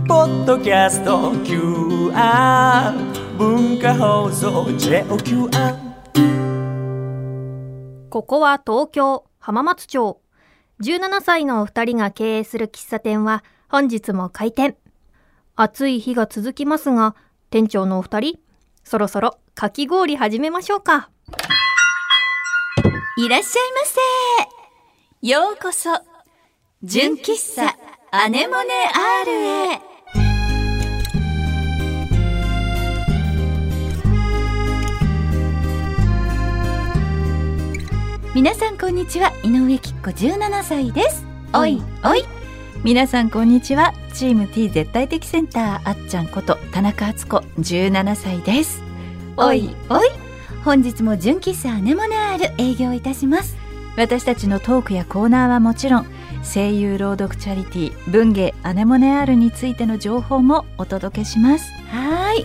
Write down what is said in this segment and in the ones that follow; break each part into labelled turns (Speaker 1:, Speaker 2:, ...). Speaker 1: キャスト QR 文化放送 JOQR
Speaker 2: ここは東京浜松町17歳のお二人が経営する喫茶店は本日も開店暑い日が続きますが店長のお二人そろそろかき氷始めましょうか
Speaker 3: いらっしゃいませ。ようこそ、純喫茶アネモネ R へ。皆さんこんにちは、井上きっ子17歳です。おいおい。皆さんこんにちは、チーム T 絶対的センターあっちゃんこと田中敦子17歳です。おいおい。本日も純喫茶アネモネアール営業いたします私たちのトークやコーナーはもちろん声優朗読チャリティー文芸アネモネアールについての情報もお届けしますはー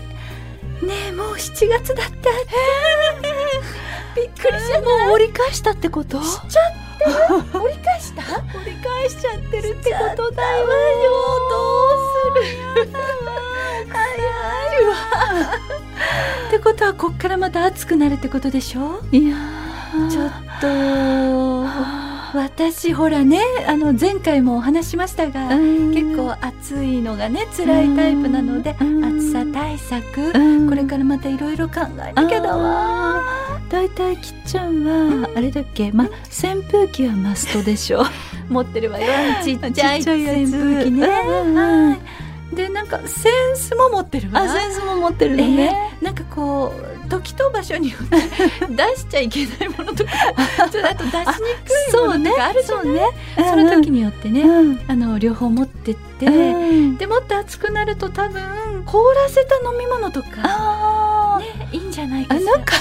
Speaker 3: いねえもう7月だったびっくりしちゃったもう折り返したってことしちゃってる折り返した折り返しちゃってるってことだよどうする早いわってことはこっからまた暑くなるってことでしょいやちょっと私ほらねあの前回もお話しましたが、結構暑いのがね辛いタイプなので、暑さ対策、これからまたいろいろ考えなきゃだわだいたいきっちゃんはあれだっけま扇風機はマストでしょ 持ってるわ よちっちゃい扇風機ね、はいでなんかセンスも持ってるわ
Speaker 4: あセンスも持ってるのね、
Speaker 3: えーなんかこう時と場所によって出しちゃいけないものとかちょっとあと出しにくいものとかあるじゃないそ,、ねその時によってね、
Speaker 4: うん
Speaker 3: あの両方持ってって、
Speaker 4: うん
Speaker 3: でもっと暑くなると多分凍らせた飲み物とか、
Speaker 4: あー
Speaker 3: ね、いいんじゃないか
Speaker 4: あ
Speaker 3: しら
Speaker 4: なんか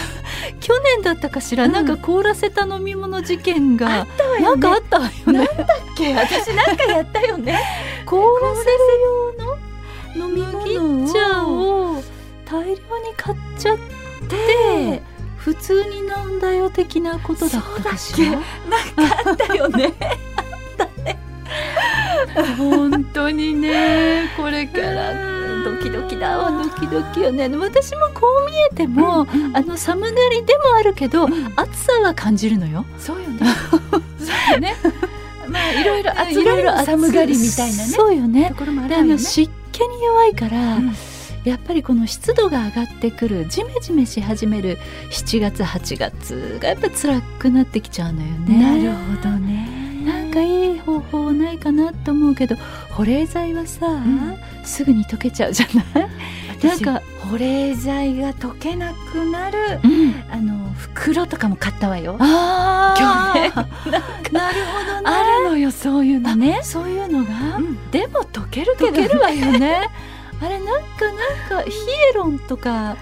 Speaker 4: 去年だったかしら、
Speaker 3: うん
Speaker 4: なんか凍らせた飲み物事件
Speaker 3: あ
Speaker 4: が、
Speaker 3: ったわよね
Speaker 4: なんかあったわよね
Speaker 3: 私なんかやったよね
Speaker 4: 凍らせる用の飲み
Speaker 3: 麦茶
Speaker 4: 茶を大量に買っちゃって普通に飲んだよ的なことだったかしら
Speaker 3: なんかあったよね
Speaker 4: 本当にねこれから
Speaker 3: うん
Speaker 4: ドキドキだわドキドキよねでも私もこう見えても、あの寒がりでもあるけど、暑さは感じるのよ。
Speaker 3: そうよねそうよねまあいろいろ暑
Speaker 4: いろいろ
Speaker 3: がり寒がりみたいなね
Speaker 4: そうよね
Speaker 3: と。ころもある
Speaker 4: で
Speaker 3: わ
Speaker 4: あ
Speaker 3: よね
Speaker 4: の湿気に弱いから、
Speaker 3: うん
Speaker 4: やっぱりこの湿度が上がってくるジメジメし始める7月8月がやっぱ辛くなってきちゃうのよね。
Speaker 3: なるほどね
Speaker 4: なんかいい方法ないかなと思うけど保冷剤はさ、
Speaker 3: ん
Speaker 4: すぐに溶けちゃうじゃないなん
Speaker 3: なん
Speaker 4: か
Speaker 3: か、保冷剤が溶けなくなるあの袋とかも買ったわよ。
Speaker 4: あー
Speaker 3: 去なるほど
Speaker 4: あるのよそういうのね
Speaker 3: そういうのが、
Speaker 4: でも溶けるけど
Speaker 3: 溶ける
Speaker 4: わよ ねあれなんかなんかヒエロンとか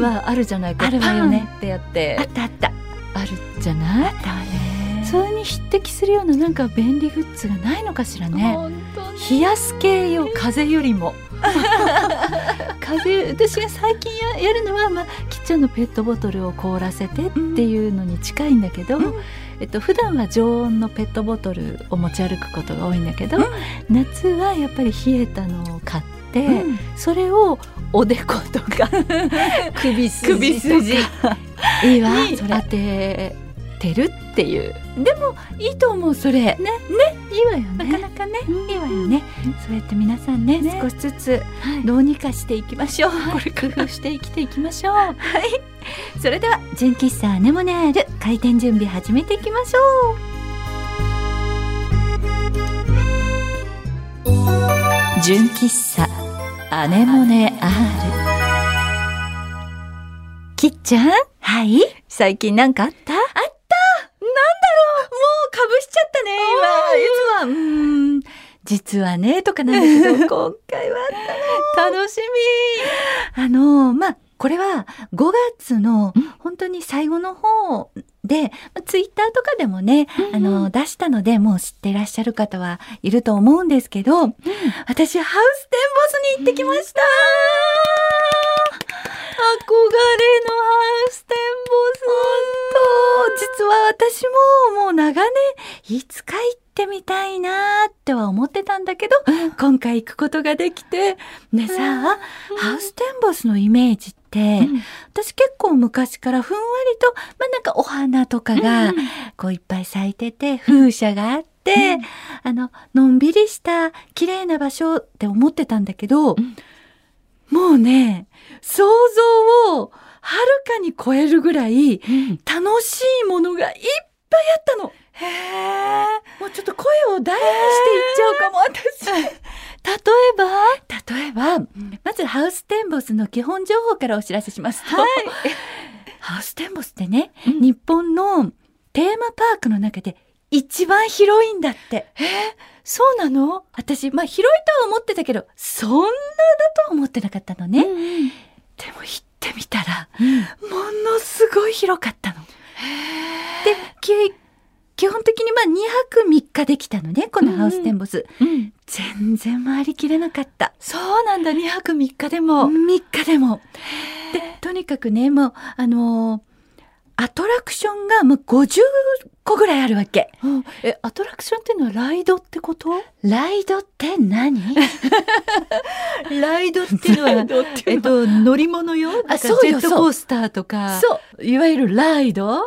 Speaker 4: はあるじゃないか、
Speaker 3: あるわよね
Speaker 4: パンってやって
Speaker 3: あったあった。あ
Speaker 4: あるじゃない
Speaker 3: ったわね
Speaker 4: それに匹敵するようななんか便利グッズがないのかしらね冷やす系よ風邪よりも 風邪私が最近ややるのは、まあ、キッチンのペットボトルを凍らせてっていうのに近いんだけど、
Speaker 3: うん
Speaker 4: えっと普段は常温のペットボトルを持ち歩くことが多いんだけど、夏はやっぱり冷えたのを買って、
Speaker 3: うん
Speaker 4: それをおでことか首筋とか
Speaker 3: 首筋
Speaker 4: いいわ
Speaker 3: に
Speaker 4: それ当ててるっていう
Speaker 3: いいと思うそれ。
Speaker 4: いいわよ
Speaker 3: な
Speaker 4: ね
Speaker 3: かなかね、
Speaker 4: うん
Speaker 3: いいわよね。そうやって皆さんね
Speaker 4: ね
Speaker 3: 少しずつ
Speaker 4: はい
Speaker 3: どうにかしていきましょう。これ
Speaker 4: 工夫して生きていきましょう
Speaker 3: それでは純喫茶アネモネアール開店準備始めていきましょう
Speaker 4: 純喫茶アネモネアールきっちゃん
Speaker 3: はいもう
Speaker 4: 最近なんかあったあったなんだろう
Speaker 3: かぶしちゃったね
Speaker 4: 今いつもはうーん実はねとかなんだ けど今回はあったの楽し
Speaker 3: あのまあこれは5月の本当に最後の方で、まあツイッターとかでもね、
Speaker 4: うん
Speaker 3: あの出したのでもう知っていらっしゃる方はいると思うんですけど、私ハウステンボスに行ってきました、
Speaker 4: 憧れのハウステンボス
Speaker 3: そう実は私ももう長年いつか行っ
Speaker 4: ってみたいなーっては思ってたんだけど、今回行くことができて。ね、さあ、ハウステンボスのイメージって、私結構昔からふんわりと、まあなんかお花とかが、こういっぱい咲いてて、風車があって、あの、のんびりした綺麗な場所って思ってたんだけど、
Speaker 3: ん
Speaker 4: もうね、想像をはるかに超えるぐらい楽しいものがいっぱいあったの。へえ。もうちょっと声を大にしていっちゃうかも、私。
Speaker 3: 例えば
Speaker 4: 例えば、まずハウステンボスの基本情報からお知らせしますと、ハウステンボスってね、
Speaker 3: うん
Speaker 4: 日本のテーマパークの中で一番広いんだって。
Speaker 3: そうなの
Speaker 4: 私、まあ広いとは思ってたけど、そんなだとは思ってなかったのね。でも行ってみたら、ものすごい広かったの。で、き基本的にまあ2泊3日できたのね、このハウステンボス。
Speaker 3: うん
Speaker 4: 全然回りきれなかった。
Speaker 3: そうなんだ2泊3日でも、
Speaker 4: 3日でも。で、とにかくね、もう、あのーアトラクションがもう50個ぐらいあるわけ。
Speaker 3: うんえアトラクションっていうのはライドってこと
Speaker 4: ライドって何
Speaker 3: ライドっていうのはえっと乗り物よ
Speaker 4: あ
Speaker 3: あ
Speaker 4: そ
Speaker 3: そうう
Speaker 4: よ
Speaker 3: よジェットコースターとか
Speaker 4: そう。
Speaker 3: いわゆるライド、
Speaker 4: ライ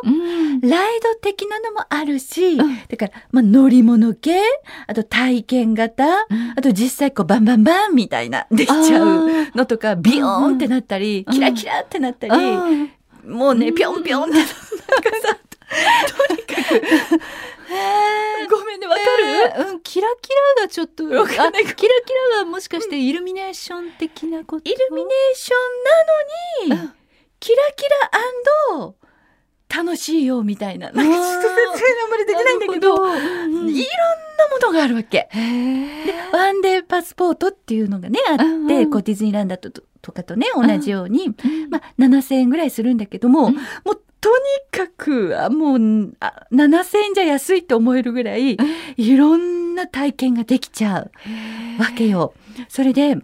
Speaker 4: ド的なのもあるし、
Speaker 3: うん
Speaker 4: だから、まあ、乗り物系、あと体験型、あと実際こうバンバンバンみたいな、でき
Speaker 3: あー
Speaker 4: ちゃうのとか、ビヨーンってなったり、
Speaker 3: うん
Speaker 4: キラキラってなったり、
Speaker 3: うん
Speaker 4: もうね、
Speaker 3: うん
Speaker 4: ぴょん ぴょんって、なんかさ、とにかく、ごめんね、わか
Speaker 3: え
Speaker 4: る、
Speaker 3: ーうん、キラキラがちょっとあキラキラはもしかしてイルミネーション的なこと
Speaker 4: イルミネーションなのに、
Speaker 3: うん
Speaker 4: キラキラ楽しいよ、みたいな。なんか、ちょっと全然あんまりできないんだけど、
Speaker 3: なるほどうん
Speaker 4: いろんなものがあるわけ。
Speaker 3: へー
Speaker 4: ワンデーパスポートっていうのがね、あって、
Speaker 3: うんうん
Speaker 4: こうディズニーランドととかとね、同じように、
Speaker 3: うん
Speaker 4: まあ、7000円ぐらいするんだけども、
Speaker 3: うん
Speaker 4: もうとにかく、あもうあ、7000円じゃ安いと思えるぐらい、いろんな体験ができちゃうわけよ。それで、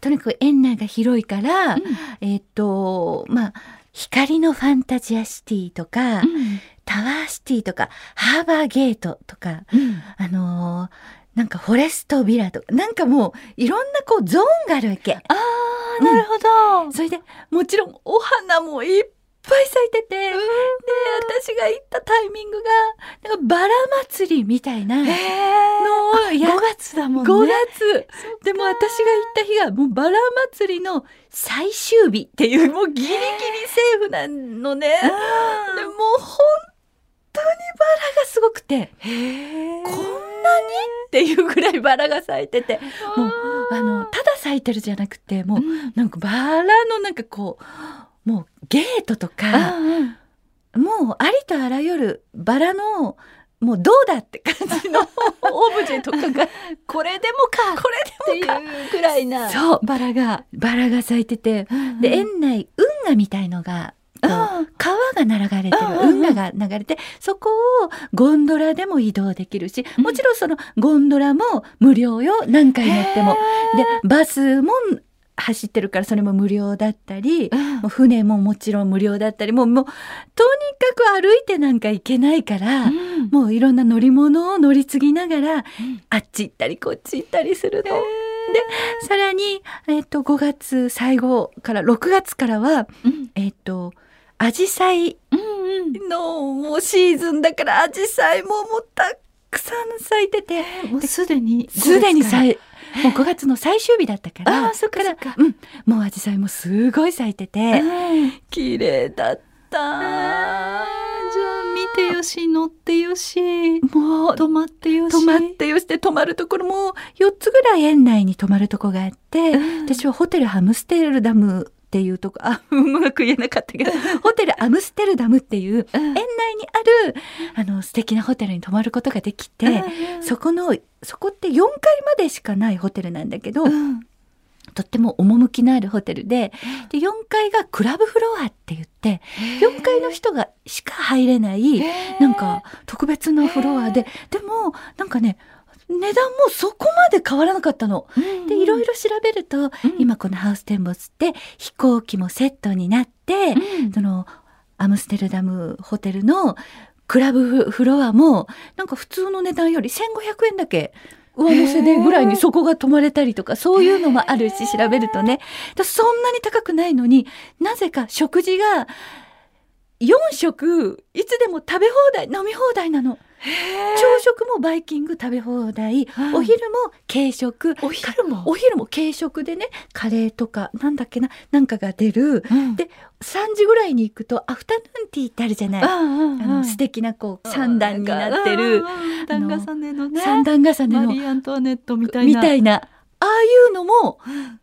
Speaker 4: とにかく園内が広いから、
Speaker 3: うん
Speaker 4: えっ、と、まあ、光のファンタジアシティとか、
Speaker 3: うん
Speaker 4: タワーシティとか、ハーバーゲートとか、
Speaker 3: うん
Speaker 4: あのーなんかフォレストビラとか、なんかもういろんなこうゾーンがあるわけ。
Speaker 3: あーなるほど、
Speaker 4: それで、もちろんお花もいっぱい咲いてて、で、私が行ったタイミングが、なんかバラ祭りみたいなのをや
Speaker 3: 5月だもんね
Speaker 4: 5月でも私が行った日がもうバラ祭りの最終日っていうもうギリギリセーフなのね。でもう本当にバラがすごくて。こんなにっていうぐらいバラが咲いててもうあのただ咲いてるじゃなくてもう
Speaker 3: うん
Speaker 4: なんかバラのなんかこうもうゲートとか
Speaker 3: あ
Speaker 4: もうありとあらゆるバラのもうどうだって感じのオブジェとかがこれでもかこ
Speaker 3: ー
Speaker 4: れでもか
Speaker 3: っていうぐらいな
Speaker 4: そう
Speaker 3: バラが
Speaker 4: バラが咲いててで
Speaker 3: え
Speaker 4: 園内運河みたいのがこう川が流れてる
Speaker 3: うんうん
Speaker 4: 運河が流れてそこをゴンドラでも移動できるしもちろんそのゴンドラも無料よ何回乗っても。でバスも走ってるからそれも無料だったり。もう船ももちろん無料だったりもうもうとにかく歩いてなんか行けないから、もういろんな乗り物を乗り継ぎながら、あっち行ったりこっち行ったりするの。でさらに、えっと5月最後から6月からはえっ、と、アジサイのもうシーズンだから、アジサイももうたっくさん咲いてて、
Speaker 3: もうすでに
Speaker 4: すでに
Speaker 3: い
Speaker 4: 咲い、もう5月の最終日だったから、
Speaker 3: あーそっかそっか
Speaker 4: うん、もうアジサイもすごい咲いてて、綺麗だった。
Speaker 3: じゃあ見てよし乗ってよし
Speaker 4: もう、
Speaker 3: 止まってよし
Speaker 4: 泊まってよして、泊まるところも4つぐらい園内に泊まるとこがあって、
Speaker 3: うん
Speaker 4: 私はホテルハムステルダムっていうとこ、あ、 うまく言えなかったけど、ホテルアムステルダムっていう、
Speaker 3: うん
Speaker 4: 園内にあるあの素敵なホテルに泊まることができて、
Speaker 3: うん
Speaker 4: そこのそこって4階までしかないホテルなんだけど、
Speaker 3: うん
Speaker 4: とっても趣のあるホテルで,、で4階がクラブフロアって言って4階の人がしか入れない、
Speaker 3: へー
Speaker 4: なんか特別なフロアで、でもなんかね値段もそこまで変わらなかったの。でいろいろ調べると、今このハウステンボスって飛行機もセットになって、そのアムステルダムホテルのクラブフロアもなんか普通の値段より1500円だけ上乗せでぐらいにそこが泊まれたりとかそういうのもあるし調べるとねだそんなに高くないのになぜか食事が4食いつでも食べ放題飲み放題なの朝食もバイキング食べ放題、
Speaker 3: はい
Speaker 4: お昼も軽食
Speaker 3: お昼も
Speaker 4: お昼も軽食でねカレーとかなんだっけななんかが出る
Speaker 3: うん
Speaker 4: で3時ぐらいに行くとアフタヌーンティーってあるじゃない、
Speaker 3: うん
Speaker 4: あ
Speaker 3: うんう
Speaker 4: の
Speaker 3: ん
Speaker 4: 素敵なこう三段になってる
Speaker 3: 段重ねのね
Speaker 4: 三段重ね
Speaker 3: マ
Speaker 4: の
Speaker 3: リー・アントワネットみたい
Speaker 4: み
Speaker 3: な
Speaker 4: たいなああいうのも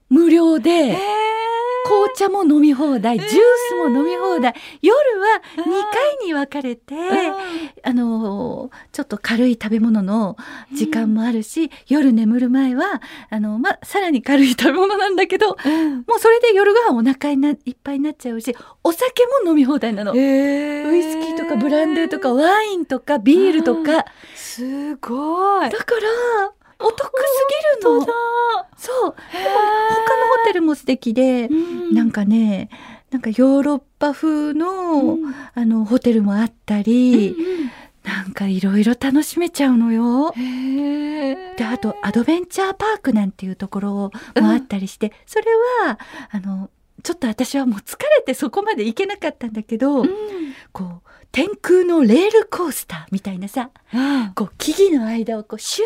Speaker 4: 無料で、
Speaker 3: えー
Speaker 4: 紅茶も飲み放題ジュースも飲み放題、夜は2回に分かれて、あのーちょっと軽い食べ物の時間もあるし、夜眠る前はあの、ま、さらに軽い食べ物なんだけど
Speaker 3: うん
Speaker 4: もうそれで夜ご飯お腹にないっぱいになっちゃうしお酒も飲み放題なの。
Speaker 3: えー
Speaker 4: ウイスキーとかブランデーとかワインとかビールとか
Speaker 3: すごい
Speaker 4: だからお得すぎるの
Speaker 3: 本当だ
Speaker 4: そう他のホテルも素敵でなん
Speaker 3: か
Speaker 4: かねなんかヨーロッパ風の、
Speaker 3: うん
Speaker 4: あのホテルもあったり、なんかいろいろ楽しめちゃうのよ。
Speaker 3: へー
Speaker 4: であとアドベンチャーパークなんていうところもあったりして、それはあのちょっと私はもう疲れてそこまで行けなかったんだけど、こう天空のレールコースターみたいなさ
Speaker 3: あ
Speaker 4: こう木々の間をこうシュ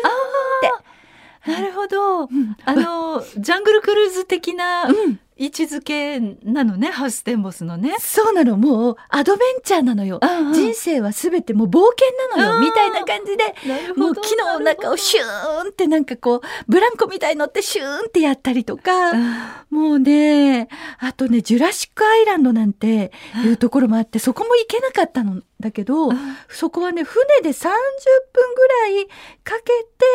Speaker 3: ー
Speaker 4: ー
Speaker 3: なるほど
Speaker 4: うん
Speaker 3: あのジャングルクルーズ的な
Speaker 4: うん、
Speaker 3: 位置づけなのねハウステンボスのね
Speaker 4: そうなのもうアドベンチャーなのよ。人生は全てもう冒険なの
Speaker 3: あ
Speaker 4: よ
Speaker 3: ー
Speaker 4: みたいな感じで
Speaker 3: なるほど
Speaker 4: もう木の中をシューンってなんかこうブランコみたいに乗ってシューンってやったりとか、
Speaker 3: な
Speaker 4: もうねあとねジュラシックアイランドなんていうところもあってそこも行けなかったのだけど
Speaker 3: るほど
Speaker 4: そこはね船で30分ぐらいかけ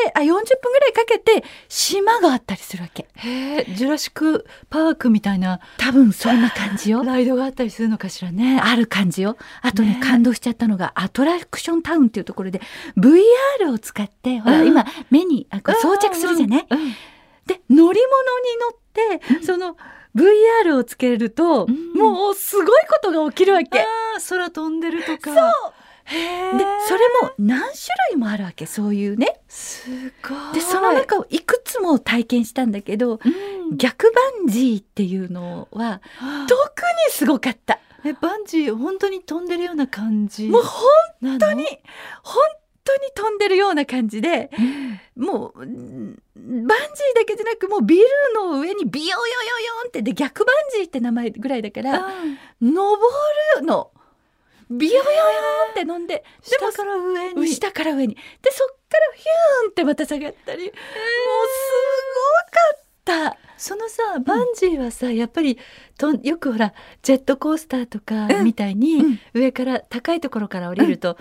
Speaker 4: てあ40分ぐらいかけて島があったりするわけ
Speaker 3: へージュラシックパークみたいな
Speaker 4: 多分そんな感じよ。
Speaker 3: ライドがあったりするのかしらね
Speaker 4: ある感じよ。あとね
Speaker 3: ね
Speaker 4: 感動しちゃったのがアトラクションタウンっていうところで VR を使ってほら
Speaker 3: うん
Speaker 4: 今目にあこう装着するじゃない
Speaker 3: うんうん
Speaker 4: で乗り物に乗って、その VR をつけると、
Speaker 3: うん
Speaker 4: もうすごいことが起きるわけ。で
Speaker 3: あー空飛んでるとかそうへで
Speaker 4: それも何種類もあるわけそういうね。
Speaker 3: すごい
Speaker 4: でその中をいくつも体験したんだけど
Speaker 3: うん
Speaker 4: 逆バンジーっていうのは
Speaker 3: はあ
Speaker 4: 特にすごかった。
Speaker 3: えバンジー本当に飛んでるような感じ
Speaker 4: もう本
Speaker 3: 本
Speaker 4: 当に本当に飛んでるような感じでもううんバンジーだけじゃなくもうビルの上にビヨヨヨヨンってで逆バンジーって名前ぐらいだから。登るのビヨヨヨンって飲んででも
Speaker 3: 下から上
Speaker 4: うん
Speaker 3: に
Speaker 4: 下から上にでそっからヒューンってまた下がったり、もうすごかった
Speaker 3: そのさバンジーはさやっぱりとよくほらジェットコースターとか
Speaker 4: うん
Speaker 3: みたいに、
Speaker 4: うん
Speaker 3: 上から高いところから降りると、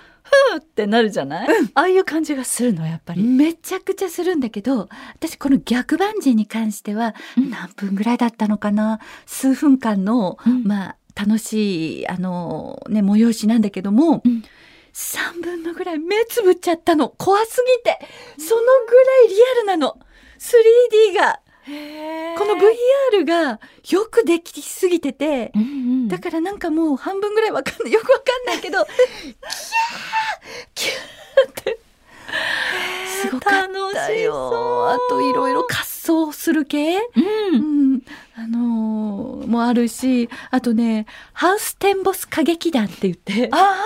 Speaker 3: ふーってなるじゃない、ああいう感じがするのやっぱり。
Speaker 4: めちゃくちゃするんだけど私この逆バンジーに関しては
Speaker 3: うん
Speaker 4: 何分ぐらいだったのかな数分間の、
Speaker 3: うん
Speaker 4: まあ楽しいあのね催しなんだけども、
Speaker 3: うん
Speaker 4: 3分のぐらい目つぶっちゃったの怖すぎてそのぐらいリアルなの 3D が。この VR がよくできすぎてて、
Speaker 3: うんうん
Speaker 4: だからなんかもう半分ぐらいわかんない、よくわかんないけど、キャーキャーって。すごかったよ。あといろいろ滑走する系、
Speaker 3: う
Speaker 4: うんん、あのーもあるし、あとね、ハウステンボス歌劇団って言って、
Speaker 3: あ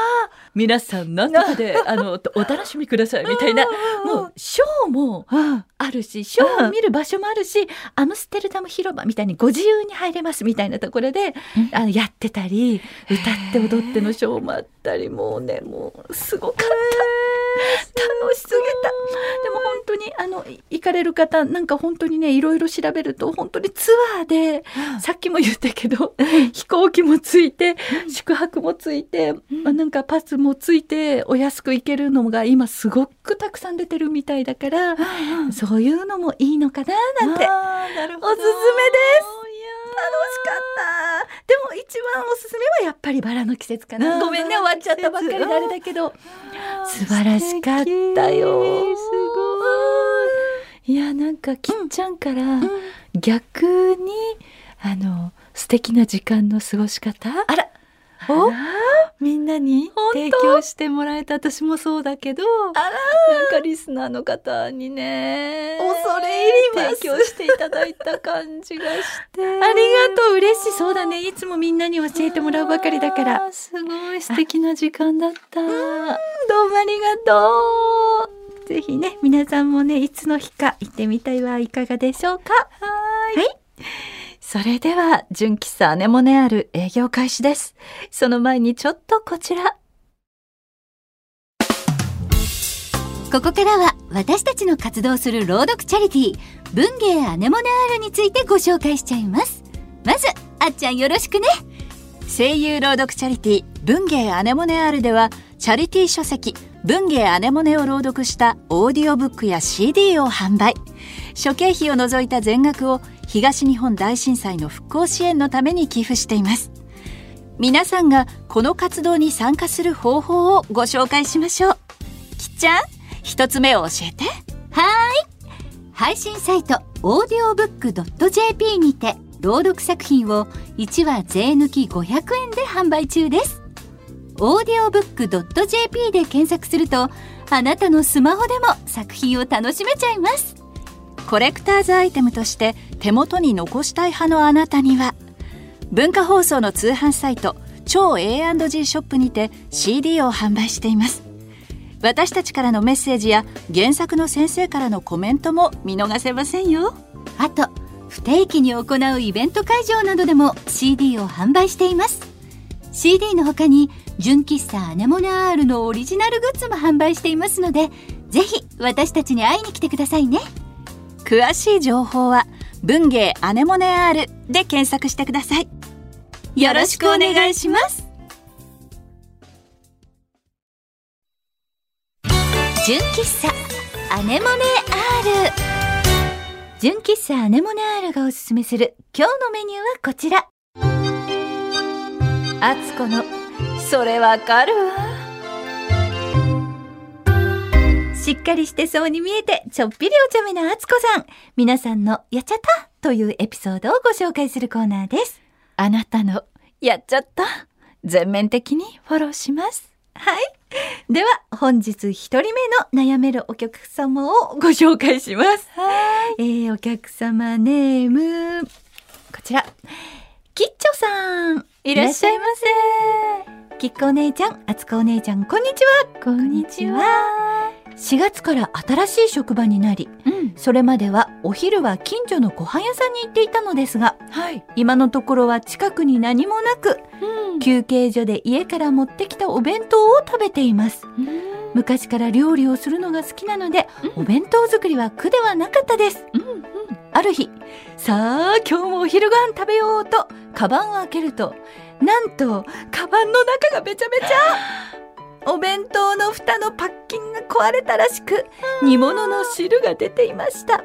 Speaker 4: 皆さんなんとかで、あの、お楽しみくださいみたいな、もうショーも、
Speaker 3: あ
Speaker 4: あるし、ショーを見る場所もあるし、アムステルダム広場みたいにご自由に入れますみたいなところで、
Speaker 3: うん
Speaker 4: あのやってたり、歌って踊ってのショーもあったり、もうね、もうすごかった。楽しすぎた。でも本当に、あの、い行かれる方、なんか本当にね、いろいろ調べると、本当にツアーで、さっきも言ったけど、 飛行機もついて、宿泊もついて、まあなんかパスもついて、お安く行けるのが今すごくたくさん出てるみたいだから、
Speaker 3: あ
Speaker 4: そういうのもいいのかななんて楽しかっ
Speaker 3: あーなるほど
Speaker 4: おすすめですたでも一番おすすめはやっぱりバラの季節か
Speaker 3: う
Speaker 4: なんごめんね終わっちゃったばっかりであれだけど素晴らしかった
Speaker 3: 素
Speaker 4: よ
Speaker 3: 敵すごいいやなんかきっちゃんから逆にあの素敵な時間の過ごし方
Speaker 4: あら
Speaker 3: を
Speaker 4: あら
Speaker 5: みんなに
Speaker 6: 本当
Speaker 5: 提供してもらえた私もそうだけど
Speaker 6: なんかリスナーの方にね
Speaker 5: 恐れ入ります
Speaker 6: 提供していただいた感じがして
Speaker 5: あ
Speaker 3: ありがとう嬉しいそうだねいつもみんなに教えてもらうばかりだから
Speaker 5: あーすごい素敵な時間だった
Speaker 3: どうもありがとう。ぜひね、皆さんもね、いつの日か行ってみてはいかがでしょうか。はい。それでは、純喫茶アネモネアル営業開始です。その前にちょっとこちら。
Speaker 4: ここからは私たちの活動する朗読チャリティー文芸アネモネアールについてご紹介しちゃいますまずあっちゃんよろしくね
Speaker 3: 声優朗読チャリティー文芸アネモネアールではチャリティー書籍文芸アネモネを朗読したオーディオブックや CD を販売諸経費を除いた全額を東日本大震災の復興支援のために寄付しています皆さんがこの活動に参加する方法をご紹介しましょうきっちゃん一つ目を教えて
Speaker 4: 配信サイトオーディオブック .jp にて朗読作品を1話税抜き500円で販売中ですオーディオブック .jp で検索するとあなたのスマホでも作品を楽しめちゃいます
Speaker 3: コレクターズアイテムとして手元に残したい派のあなたには文化放送の通販サイト超 A&G ショップにて CD を販売しています私たちからのメッセージや原作の先生からのコメントも見逃せませんよ
Speaker 4: あと不定期に行うイベント会場などでも CD を販売しています CD の他に純喫茶アネモネアールのオリジナルグッズも販売していますのでぜひ私たちに会いに来てくださいね
Speaker 3: 詳しい情報は「文芸アネモネ R」で検索してくださいよろしくお願いします
Speaker 4: 純喫茶アネモネアール純喫茶アネモネアールがおすすめする今日のメニューはこちら
Speaker 3: あつこの「それわかるわ」
Speaker 4: しっかりしてそうに見えてちょっぴりお茶目なあつこさん皆さんのやっちゃったというエピソードをご紹介するコーナーです
Speaker 3: あなたのやっちゃった全面的にフォローします。
Speaker 4: では本日一人目の悩めるお客様をご紹介します。えーお客様ネームこちらキッチョさんい
Speaker 3: らっしゃ
Speaker 4: いませ。きっこお姉ちゃん、あつこお姉ちゃん、こんにちは。こんにちは。4月から新しい職場になり、それまではお昼は近所のご飯屋さんに行っていたのですが、今のところは近くに何もなく、休憩所で家から持ってきたお弁当を食べています昔から料理をするのが好きなので、お弁当作りは苦ではなかったです、ある日さあ今日もお昼ご飯食べようとカバンを開けるとなんとカバンの中がべちゃべちゃお弁当の蓋のパッキンが壊れたらしく煮物の汁が出ていました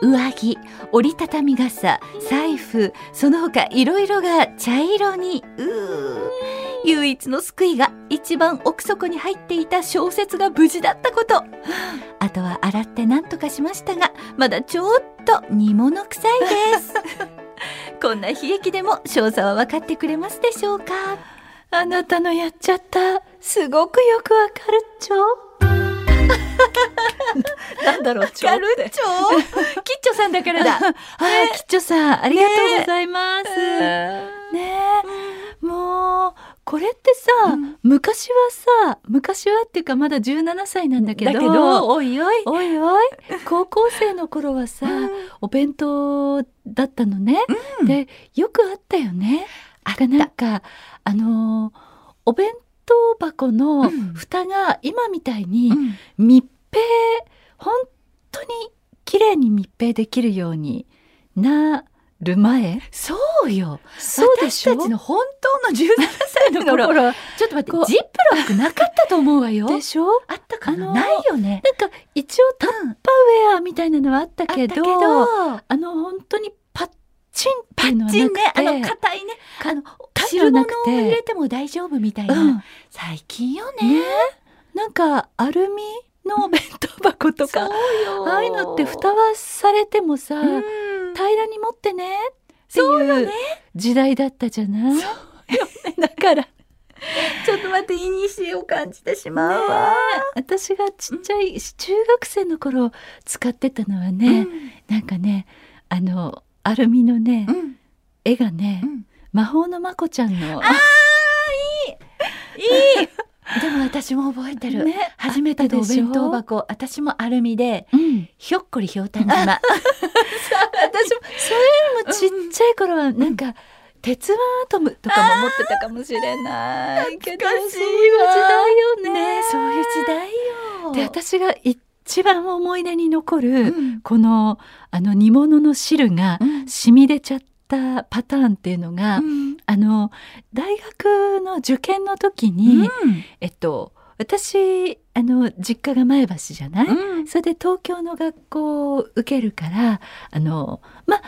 Speaker 4: 上着折りたたみ傘財布その他いろいろが茶色にうー唯一の救いが一番奥底に入っていた小説が無事だったことあとは洗って何とかしましたがまだちょっと煮物臭いですこんな悲劇でも少佐は分かってくれますでしょうか
Speaker 3: あなたのやっちゃったすごくよくわかるっちょ。
Speaker 6: なんだろうちょっと
Speaker 4: 超キッチョさんだからだ
Speaker 3: あー、きっちょさん、ありがとうございます。ねえ、もう、これってさ、昔はさ、昔はっていうかまだ17歳なんだけど、
Speaker 5: だけどおいおい
Speaker 3: おいおい、高校生の頃はさ、お弁当だったのね。で、よくあったよね。あなんか、あのーお弁当箱の蓋が今みたいに密閉、本当に綺麗に密閉できるようになる前。そうよ。そうでしょ
Speaker 5: 私たちの本当の17歳の 頃ちょっと待
Speaker 3: こう
Speaker 5: ってジップロックなかったと思うわよ
Speaker 3: でしょ
Speaker 5: あったか
Speaker 3: あ
Speaker 5: な
Speaker 3: の
Speaker 5: ないよね
Speaker 3: なんか一応タッパーウェアみたいなのはあったけど、
Speaker 5: あ
Speaker 3: あの本当にパッチンっていうのはな
Speaker 5: チン
Speaker 3: くて
Speaker 5: ねあの硬いねあの
Speaker 3: 硬いの
Speaker 5: 汁
Speaker 3: は
Speaker 5: 物
Speaker 3: な
Speaker 5: を
Speaker 3: くて
Speaker 5: 入れても大丈夫みたいな、
Speaker 3: うん
Speaker 5: 最近よね
Speaker 3: ねなんかアルミのお弁当箱とか、ああいうのって蓋はされてもさ、平らに持ってねっていう時代だったじゃない。だから
Speaker 7: ちょっと待って、いにしえを感じてしまうわ。
Speaker 4: 私がちっちゃい、中学生の頃使ってたのはね、なんかねあのアルミのね、
Speaker 7: うん
Speaker 4: 絵がね、
Speaker 7: うん
Speaker 4: 魔法のまこちゃんの
Speaker 3: でも私も覚えてる。
Speaker 4: ね
Speaker 3: 初めてのお弁当箱、私もアルミで、
Speaker 4: うん、
Speaker 3: ひょっこりひょうたん 島。
Speaker 4: 私もそれよりもちっちゃい頃はなんか、鉄腕アトムとかも持ってたかもしれないけど
Speaker 7: 懐かしい
Speaker 4: そういう時代よね
Speaker 3: ねそういう時代よ。
Speaker 4: で私が一番思い出に残る、このあの煮物の汁が染み出ちゃったパターンっていうのが、あの大学の受験の時に、えっと私あの実家が前橋じゃない、それで東京の学校を受けるからあのまあ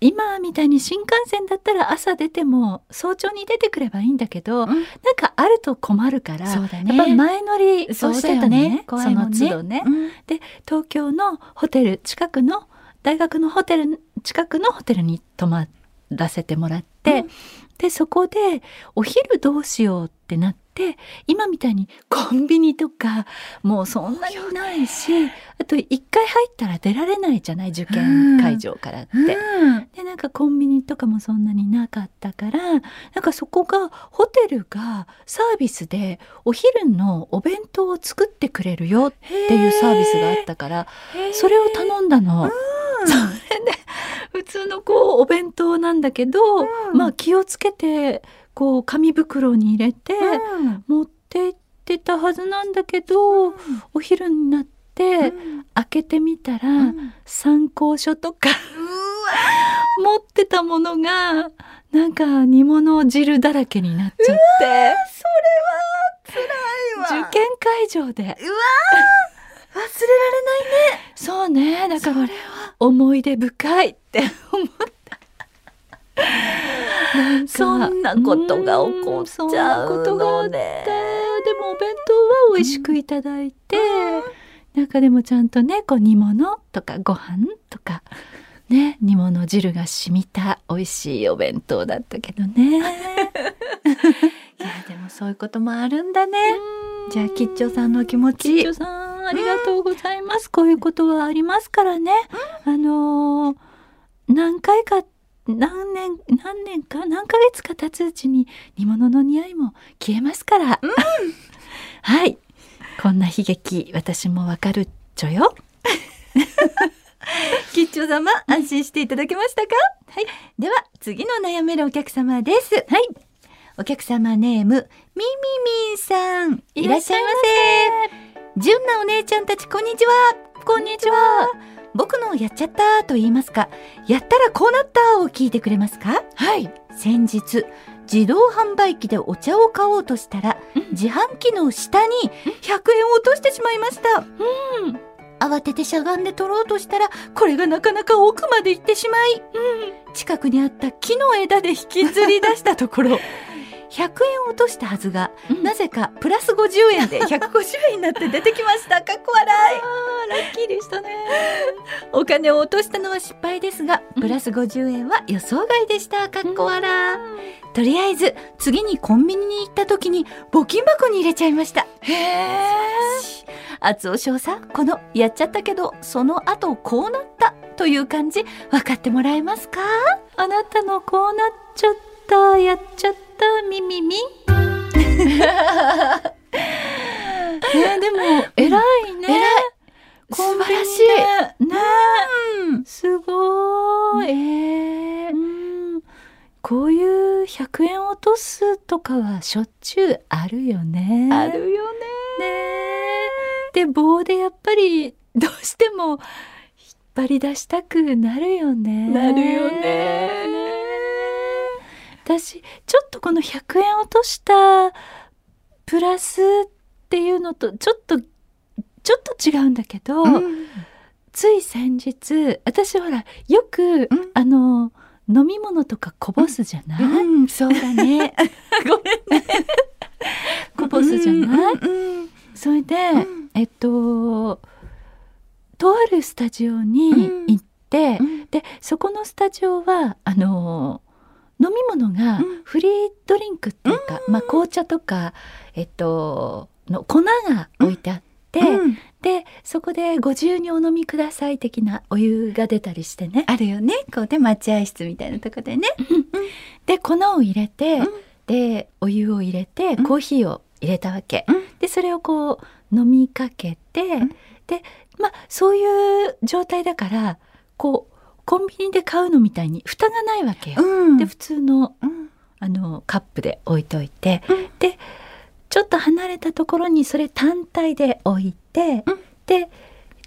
Speaker 4: 今みたいに新幹線だったら朝出ても早朝に出てくればいいんだけど、なんかあると困るから、
Speaker 3: そうだ
Speaker 4: やっぱ
Speaker 3: ね。
Speaker 4: 前乗りをしてたのね
Speaker 3: そう
Speaker 4: そ
Speaker 3: だよね怖いもんね
Speaker 4: の都度ね、で東京のホテル近くの大学のホテル近くのホテルに泊まらせてもらって、でそこでお昼どうしようってなって今みたいにコンビニとかもうそんなにないし、あと一回入ったら出られないじゃない受験会場からって。でなんかコンビニとかもそんなになかったからなんかそこがホテルがサービスでお昼のお弁当を作ってくれるよっていうサービスがあったからそれを頼んだの。 それで普通のこうお弁当なんだけど、まあ気をつけてこう紙袋に入れて持って行ってたはずなんだけど、お昼になって開けてみたら、参考書とか持ってたものがなんか煮物汁だらけになっちゃって
Speaker 7: それは辛いわ
Speaker 4: 受験会場で
Speaker 7: 忘れ
Speaker 4: そうねだから思い出深いって思ったなんか
Speaker 7: そんなことが起こっちゃうのね
Speaker 4: んそんなことがあってでもお弁当は美味しくいただいて、なんかでもちゃんとねこう煮物とかご飯とかね煮物汁が染みた美味しいお弁当だったけど ね
Speaker 3: いや、でもそういうこともあるんだね。じゃあ、キッチョさんのお気持
Speaker 4: 吉
Speaker 3: ち。
Speaker 4: 祥さんありがとうございます、こういうことはありますからね、あのー何回か何年何年か何ヶ月か経つうちに煮物の匂いも消えますから、はいこんな悲劇私もわかるっちょ よ
Speaker 3: キッチョ様、安心していただけましたかはい。では、次の悩めるお客様です。はい。お客様ネーム、みみみんさん。いらっしゃいませ。純なお姉ちゃんたち、こんにちは。こんにちは。僕のやっちゃったと言いますか、やったらこうなったを聞いてくれますかはい。先日、自動販売機でお茶を買おうとしたら、自販機の下に100円を落としてしまいました。慌ててしゃがんで取ろうとしたら、これがなかなか奥まで行ってしまい、近くにあった木の枝で引きずり出したとこ ろ、100円落としたはずが、
Speaker 4: うん
Speaker 3: なぜかプラス50円で150円になって出てきました。 かっこ笑い。ラッキーでしたね。お金を落としたのは失敗ですが、プラス50円は予想外でした。かっこ笑い。とりあえず、次にコンビニに行った時に募金箱に入れちゃいました。へえ。厚尾翔さん、この、やっちゃったけど、その後こうなったという感じ、分かってもらえますか
Speaker 4: あなたのこうなっちゃったやっちゃった みみみねでも偉いね
Speaker 3: 偉い
Speaker 4: コンビニで
Speaker 3: 素晴
Speaker 4: ね、すごーい、えーうんこういう100円落とすとかはしょっちゅうあるよね。
Speaker 7: らない。あるよね。
Speaker 4: ねえで棒でやっぱりどうしても引っ張り出したくなるよね。
Speaker 7: なるよね
Speaker 4: 私ちょっとこの100円落としたプラスっていうのとちょっとちょっと違うんだけど、つい先日私ほらよく、あの飲み物とかこぼすじゃない、
Speaker 3: ん、そうだ ね。
Speaker 4: こぼすじゃない、それで、
Speaker 3: ん
Speaker 4: えっととあるスタジオに行って、でそこのスタジオはあの飲み物が
Speaker 8: うん
Speaker 4: フリードリンクっていうか、まあ、紅茶とか、えっと、の粉が置いてあって、
Speaker 8: うん
Speaker 4: でそこでご自由にお飲みください的なお湯が出たりしてね。
Speaker 9: あるよねこうで待合室みたいなとこでね
Speaker 4: で粉を入れて、
Speaker 8: うん
Speaker 4: でお湯を入れてコーヒーを入れたわけ、
Speaker 8: うん
Speaker 4: でそれをこう飲みかけて、
Speaker 8: ん
Speaker 4: でまあそういう状態だからこうコンビニで買うのみたいに蓋がないわけよ。
Speaker 8: うん
Speaker 4: で普通の
Speaker 8: うん
Speaker 4: あのカップで置いといて、
Speaker 8: うん
Speaker 4: でちょっと離れたところにそれ単体で置いて、
Speaker 8: うん
Speaker 4: で、えっ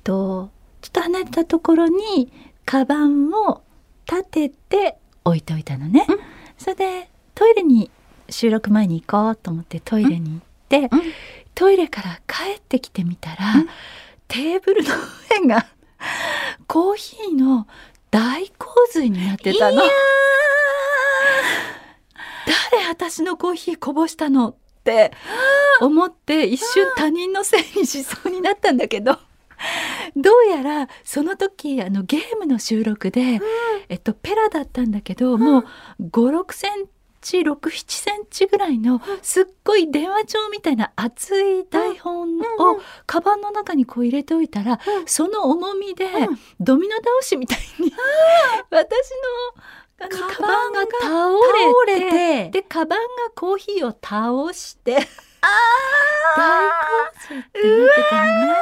Speaker 4: と、ちょっと離れたところにカバンを立てて置いといたのね。
Speaker 8: うん
Speaker 4: それでトイレに収録前に行こうと思ってトイレに行って、
Speaker 8: うん
Speaker 4: トイレから帰ってきてみたら、
Speaker 8: うん
Speaker 4: テーブルの上が コーヒーの大洪水になってたの。誰私のコーヒーこぼしたのって思って一瞬他人のせいにしそうになったんだけどどうやらその時あのゲームの収録で、えっと、ペラだったんだけど、もう56センチ67センチぐらいのすっごい電話帳みたいな厚い台本をカバンの中にこう入れておいたら、その重みでドミノ倒しみたいに私のあのカバンが倒れて
Speaker 9: で
Speaker 4: でカバンがコーヒーを倒して大洪水ってなってたのね。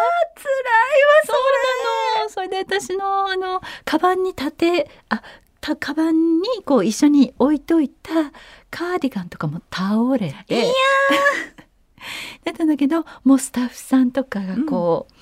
Speaker 4: そうなのそれで私のあのカバンに立てあたカバンにこう一緒に置いといたカーディガンとかも倒れていや だったんだけどもうスタッフさんとかがこう、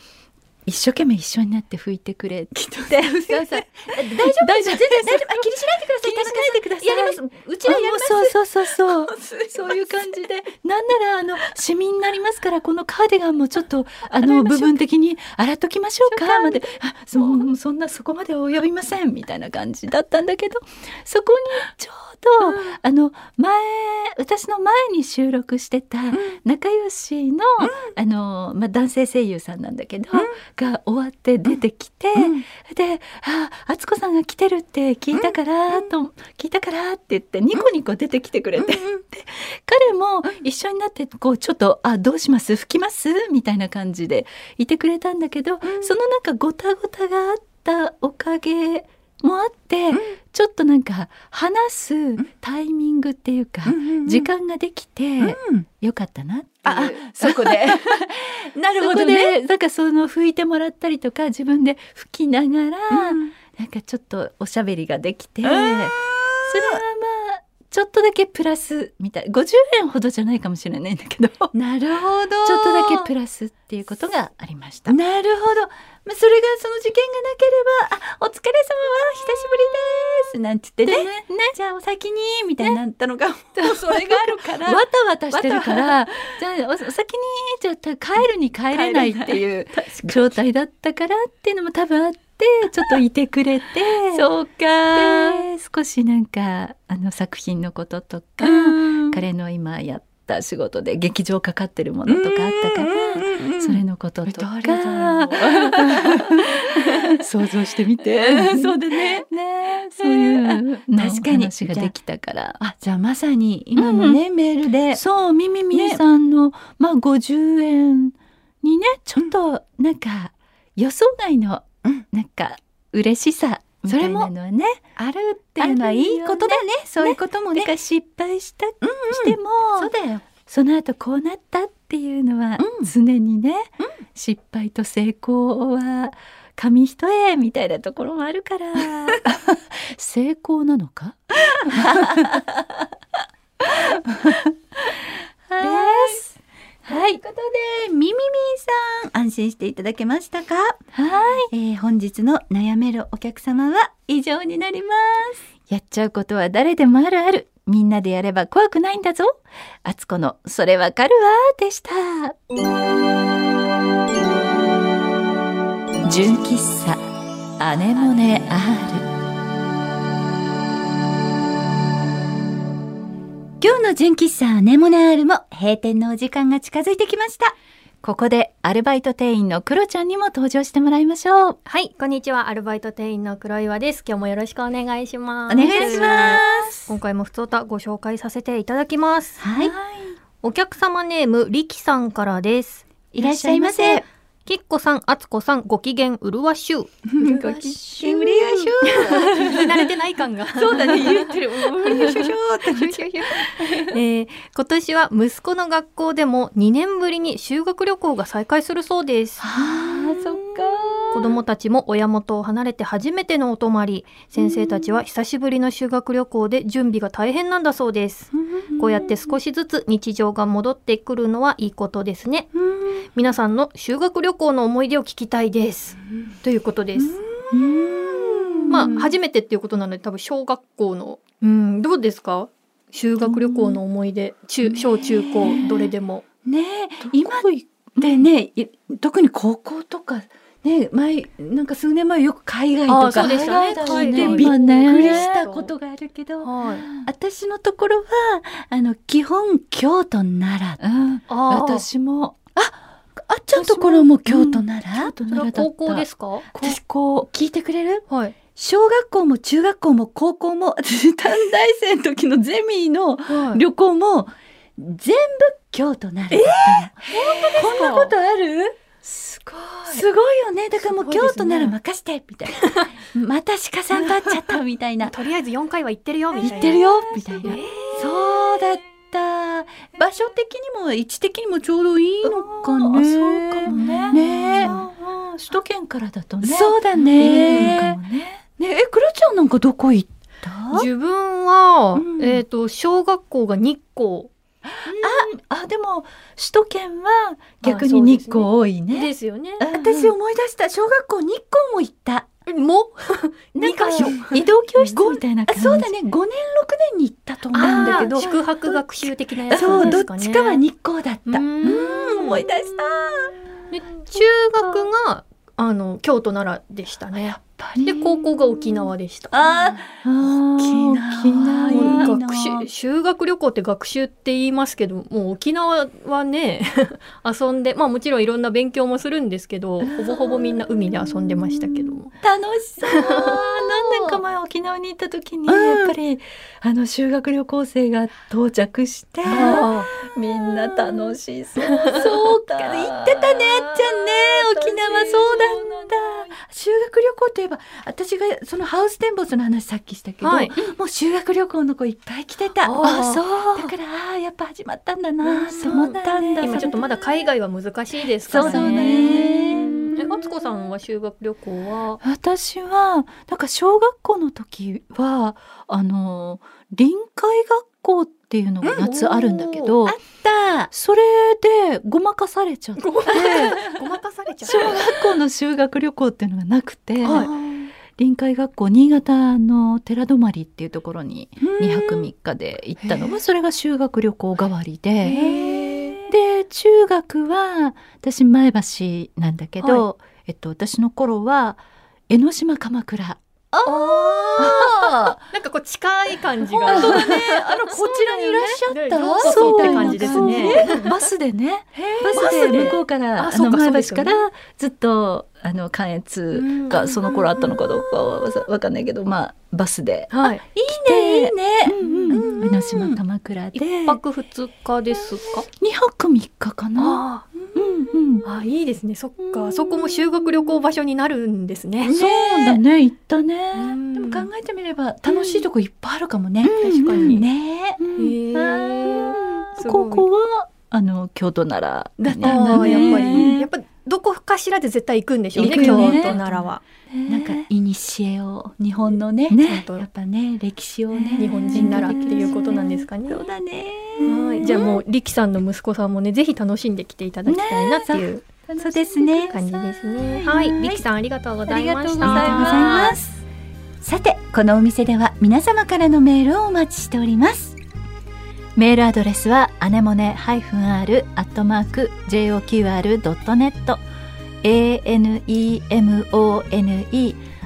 Speaker 4: 一生懸命一緒になって拭いてくれって大丈夫です大丈夫大丈夫あ気にしないでください気にしないでください
Speaker 9: やりますうちらやります
Speaker 4: あもうそうそうそうそう そういう感じでなんならあのシミになりますからこのカーディガンもちょっとあの部分的に洗っときましょうかまであそもうそんなそこまでは及びませんみたいな感じだったんだけどそこにちょうど、あの前私の前に収録してた仲良しの,、あのまあ、男性声優さんなんだけど、が終わって出てきて、で「あ敦子さんが来てるって聞いたから」と、聞いたからって言ってニコニコ出てきてくれて、で彼も一緒になってこうちょっと「あどうします吹きます?」みたいな感じでいてくれたんだけど、そのなんかごたごたがあったおかげもあって、ちょっとなんか話すタイミングっていうか、時間ができてよかったなっていう
Speaker 9: あ そこでなるほどね
Speaker 4: そこでなんかその拭いてもらったりとか自分で拭きながら、なんかちょっとおしゃべりができて、それはまあちょっとだけプラスみたい50円ほどじゃないかもしれないんだけどちょっ
Speaker 9: なるほど
Speaker 4: とだけプラスっていうことがありました。
Speaker 9: なるほど、まあ、それがその事件がなければ「あお疲れ様は久しぶりです」なんて言ってねじゃあお先に」みたいになったのが、もうそれがあるか
Speaker 4: わた
Speaker 9: ら
Speaker 4: わたしてるからじゃあおお先にじゃあた帰るに帰れないっていう状態だったからっていうのも多分あってちょっといてくれて
Speaker 9: そうか
Speaker 4: で少しなんかあの作品のこととか、
Speaker 9: うん
Speaker 4: 彼の今やった仕事で劇場かかってるものとかあったから、それのこととか、 想像して みてそうだね ねそういうの
Speaker 9: 確かに
Speaker 4: 話ができたから
Speaker 9: あじゃあまさに今のね、メールで
Speaker 4: そうみみみえ
Speaker 9: ね
Speaker 4: さんの、まあ50円にねちょっとなんか予想外の、
Speaker 9: うん
Speaker 4: なんか嬉しさみたいなのはね
Speaker 9: あるっていうのはいいことだねそういうこともね
Speaker 4: なんか失敗した、しても
Speaker 9: そうだよ
Speaker 4: その後こうなったっていうのは
Speaker 9: うん
Speaker 4: 常にね、失敗と成功は紙一重みたいなところもある から成功なのか
Speaker 9: ですはい。ということで、みみみーさん、安心していただけましたかはい。えー本日の悩めるお客様は以上になります。
Speaker 4: やっちゃうことは誰でもあるあるみんなでやれば怖くないんだぞあつこのそれわかるわでした純喫茶アネモネ R
Speaker 9: 今日の純喫茶アネモネアールも閉店のお時間が近づいてきました。
Speaker 3: ここでアルバイト店員のクロちゃんにも登場してもらいましょう。
Speaker 2: はい、こんにちは。アルバイト店員の黒岩です。今日もよろしくお願いします。
Speaker 3: お願いします。
Speaker 2: 今回もふつおたご紹介させていただきます。
Speaker 3: はい。
Speaker 2: お客様ネーム、りきさんからです。
Speaker 3: いらっしゃいませ。
Speaker 2: きっこさん、あつこさん、ご機嫌うるわし ゅう。
Speaker 4: ごきしゅうりやし
Speaker 2: 慣れてない感が。そうだね、言ってる。 えー今年は息子の学校でも2年ぶりに修学旅行が再開するそうです。
Speaker 4: あーそっか
Speaker 2: 子供たちも親元を離れて初めてのお泊まり先生たちは久しぶりの修学旅行で準備が大変なんだそうですこうやって少しずつ日常が戻ってくるのはいいことですね皆さんの修学旅行の思い出を聞きたいですということですまあ初めてっていうことなので多分小学校のうんどうですか修学旅行の思い出中小中高どれでも
Speaker 4: ねえ今でねい特に高校とかね前なんか数年前よく海外
Speaker 2: あ
Speaker 4: と
Speaker 2: ーそ
Speaker 4: か
Speaker 2: うでしたね
Speaker 4: 海外
Speaker 2: 海
Speaker 4: で
Speaker 2: 外
Speaker 4: びっ
Speaker 2: 今ね
Speaker 4: くりしたことがあるけど、
Speaker 2: はい
Speaker 4: 私のところはあの基本京都奈良
Speaker 3: うん。
Speaker 2: あー
Speaker 3: 私も
Speaker 4: あっちゃんところも京都奈良、
Speaker 2: それは高校ですか
Speaker 4: 私こう聞いてくれる
Speaker 2: はい
Speaker 4: 小学校も中学校も高校も私短大生の時のゼミの
Speaker 2: はい
Speaker 4: 旅行も全部京都奈良だったの、こんなことある
Speaker 3: す
Speaker 4: すごいよねだからもう
Speaker 2: すごいですね
Speaker 4: 京都なら任してみたいなまた鹿さんと会っちゃったみたいな
Speaker 2: とりあえず4回は行ってるよみたいな
Speaker 4: 行ってるよみたいな
Speaker 2: えー
Speaker 4: そうだった場所的にも位置的にもちょうどいいのかね
Speaker 3: そうかもね。
Speaker 4: ねえ
Speaker 3: あー首都圏からだとね。
Speaker 4: そうだ
Speaker 3: いいのか
Speaker 4: ね
Speaker 3: もね。
Speaker 4: ねえクロちゃんなんかどこ行った
Speaker 2: 自分は、
Speaker 4: うん
Speaker 2: えっ、と小学校が日光
Speaker 4: あでも首都圏は逆に日光多いね
Speaker 2: ですよね。
Speaker 4: 私思い出した小学校日光も行った
Speaker 2: えも
Speaker 4: なんか
Speaker 2: 二箇所
Speaker 4: 移動教室
Speaker 3: ご
Speaker 4: みたい
Speaker 3: たいな
Speaker 4: なあそうだね5年6年に行ったと思うんだけど
Speaker 2: あー宿泊学習的なやつ
Speaker 4: そう、
Speaker 2: で
Speaker 4: どっ
Speaker 2: すかね。
Speaker 4: ちかは日光だった。
Speaker 2: うん
Speaker 4: うん思い出した。
Speaker 2: で中学があの京都奈良でしたね。で高校が沖縄でした。
Speaker 4: あ
Speaker 3: 沖縄
Speaker 4: 沖
Speaker 2: もう
Speaker 4: 縄いいな
Speaker 2: 学習修学旅行って学習って言いますけどもう沖縄はね 遊んでまあもちろんいろんな勉強もするんですけどほぼほぼみんな海で遊んでましたけども。
Speaker 4: ー楽しそう。
Speaker 3: 何年か前沖縄に行った時に、
Speaker 4: うん
Speaker 3: やっぱりあの修学旅行生が到着してみんな楽しそうそうか
Speaker 4: 行ってたね、あっちゃんね。沖縄そうだった。修学旅行といえば、私がそのハウステンボスの話さっきしたけど、
Speaker 2: はい
Speaker 4: もう修学旅行の子いっぱい来てた。
Speaker 2: あー
Speaker 4: そう。だから、あーやっぱ始まったんだなって思ったんだ。
Speaker 2: 今ちょっとまだ海外は難しいですか
Speaker 4: そ
Speaker 2: ら
Speaker 4: う
Speaker 2: ね。
Speaker 4: だね。
Speaker 2: え、あつこさんは修学旅行は。
Speaker 3: 私はなんか小学校の時はあの臨海学校っていうのが夏あるんだけど、
Speaker 4: だ。
Speaker 3: それでごまかされちゃって
Speaker 2: ごまかされち
Speaker 3: 小学校の修学旅行っていうのがなくて、
Speaker 2: はい
Speaker 3: 臨海学校新潟の寺泊っていうところに2泊3日で行ったのがそれが修学旅行代わりでで中学は私前橋なんだけど、えっと、私の頃は江ノ島鎌倉
Speaker 2: なんかこう近い感じが。
Speaker 4: あの、こちらにいらっしゃ
Speaker 2: ね
Speaker 4: った
Speaker 2: ようこそって感じですね。
Speaker 3: そうバスでねバ
Speaker 4: バ
Speaker 3: ス
Speaker 4: ス
Speaker 3: で
Speaker 4: で
Speaker 3: 向こうから
Speaker 2: あ
Speaker 3: あ
Speaker 2: そう
Speaker 3: の
Speaker 2: かそうで
Speaker 3: 前
Speaker 2: す
Speaker 3: 橋
Speaker 2: よね
Speaker 3: からずっとあの関越
Speaker 2: う
Speaker 3: が
Speaker 2: ん
Speaker 3: その頃あったのかどうかはわざわかんないけどまあバスで
Speaker 2: はい。
Speaker 4: いいね、いいね。
Speaker 3: うんうん江ノ島鎌倉で
Speaker 2: 一
Speaker 3: 2
Speaker 2: 泊二日ですか。
Speaker 3: 泊3日かな。
Speaker 2: あ
Speaker 3: うんうん
Speaker 2: あ、あいいですね。そっか、そこも修学旅行場所になるんですね。
Speaker 3: そうだね行った
Speaker 2: う
Speaker 3: ね。
Speaker 2: ん
Speaker 4: でも考えてみれば楽しいとこいっぱいあるかもね。
Speaker 3: 確かに
Speaker 4: ねえ。
Speaker 3: うん
Speaker 2: へーすご
Speaker 3: 高
Speaker 2: い
Speaker 3: 校はあの京都奈良だっ
Speaker 2: ああ、やっぱり、
Speaker 4: ね
Speaker 2: やっぱどこかしらで絶対行くんでしょうね。
Speaker 3: 行く
Speaker 2: 京
Speaker 3: よ
Speaker 2: 都
Speaker 3: ね
Speaker 2: 奈良は。
Speaker 4: なんかいにしえを日本のね
Speaker 3: ね
Speaker 4: やっぱね歴史をね
Speaker 2: 日本人ならっていうことなんですすかね。
Speaker 4: そうだね
Speaker 2: はい、じゃあもう、りきさんの息子さんもね、ぜひ楽しんできていただきたいなっていう
Speaker 4: そうですね
Speaker 2: 感じですね。はい、りきさんありがとうございました。。
Speaker 4: ありがとうございますすさてこのお店では皆様からのメールをお待ちしております
Speaker 3: メールアドレスはアネモネ -r アットマーク joqr.net anemone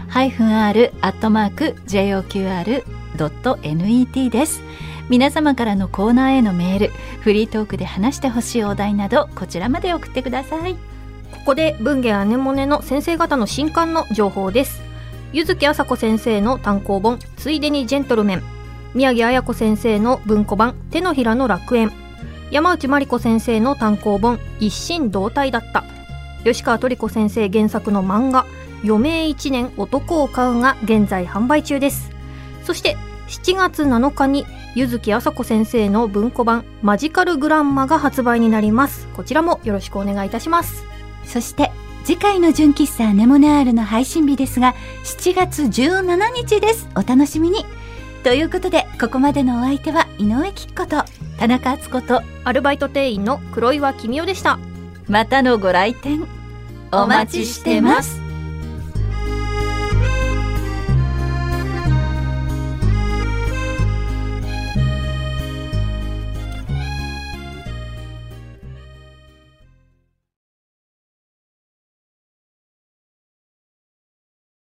Speaker 3: -r アットマーク joqr.net です皆様からのコーナーへのメールフリートークで話してほしいお題などこちらまで送ってください
Speaker 2: ここで文芸アネモネの先生方の新刊の情報です。柚木麻子先生の単行本、ついでにジェントルメン。宮城綾子先生の文庫版、手のひらの楽園。山内まり子先生の単行本、一心同体だった。吉川トリ子先生原作の漫画、余命一年男を飼うが現在販売中です。そして、7月7日に、柚木麻子先生の文庫版、マジカルグランマが発売になります。こちらもよろしくお願いいたします。
Speaker 9: そして次回の純喫茶アネモネアールの配信日ですが7月17日ですお楽しみにということでここまでのお相手は井上貴子と
Speaker 3: 田中敦子と
Speaker 2: アルバイト店員の黒岩君代でした。
Speaker 3: またのご来店お待ちしてます